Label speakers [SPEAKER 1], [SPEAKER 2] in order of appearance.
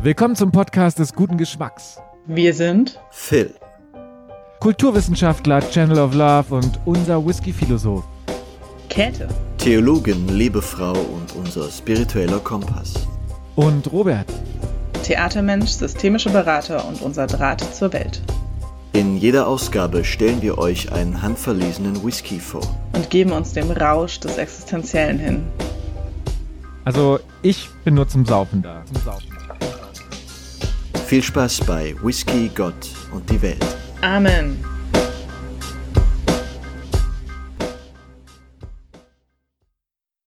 [SPEAKER 1] Willkommen zum Podcast des guten Geschmacks.
[SPEAKER 2] Wir sind
[SPEAKER 3] Phil.
[SPEAKER 1] Kulturwissenschaftler, Channel of Love und unser Whisky-Philosoph.
[SPEAKER 2] Käthe.
[SPEAKER 3] Theologin, Lebefrau und unser spiritueller Kompass.
[SPEAKER 1] Und Robert.
[SPEAKER 2] Theatermensch, systemische Berater und unser Draht zur Welt.
[SPEAKER 3] In jeder Ausgabe stellen wir euch einen handverlesenen Whisky vor.
[SPEAKER 2] Und geben uns dem Rausch des Existenziellen hin.
[SPEAKER 1] Also, ich bin nur zum Saufen da. Zum Saufen.
[SPEAKER 3] Viel Spaß bei Whisky, Gott und die Welt.
[SPEAKER 2] Amen.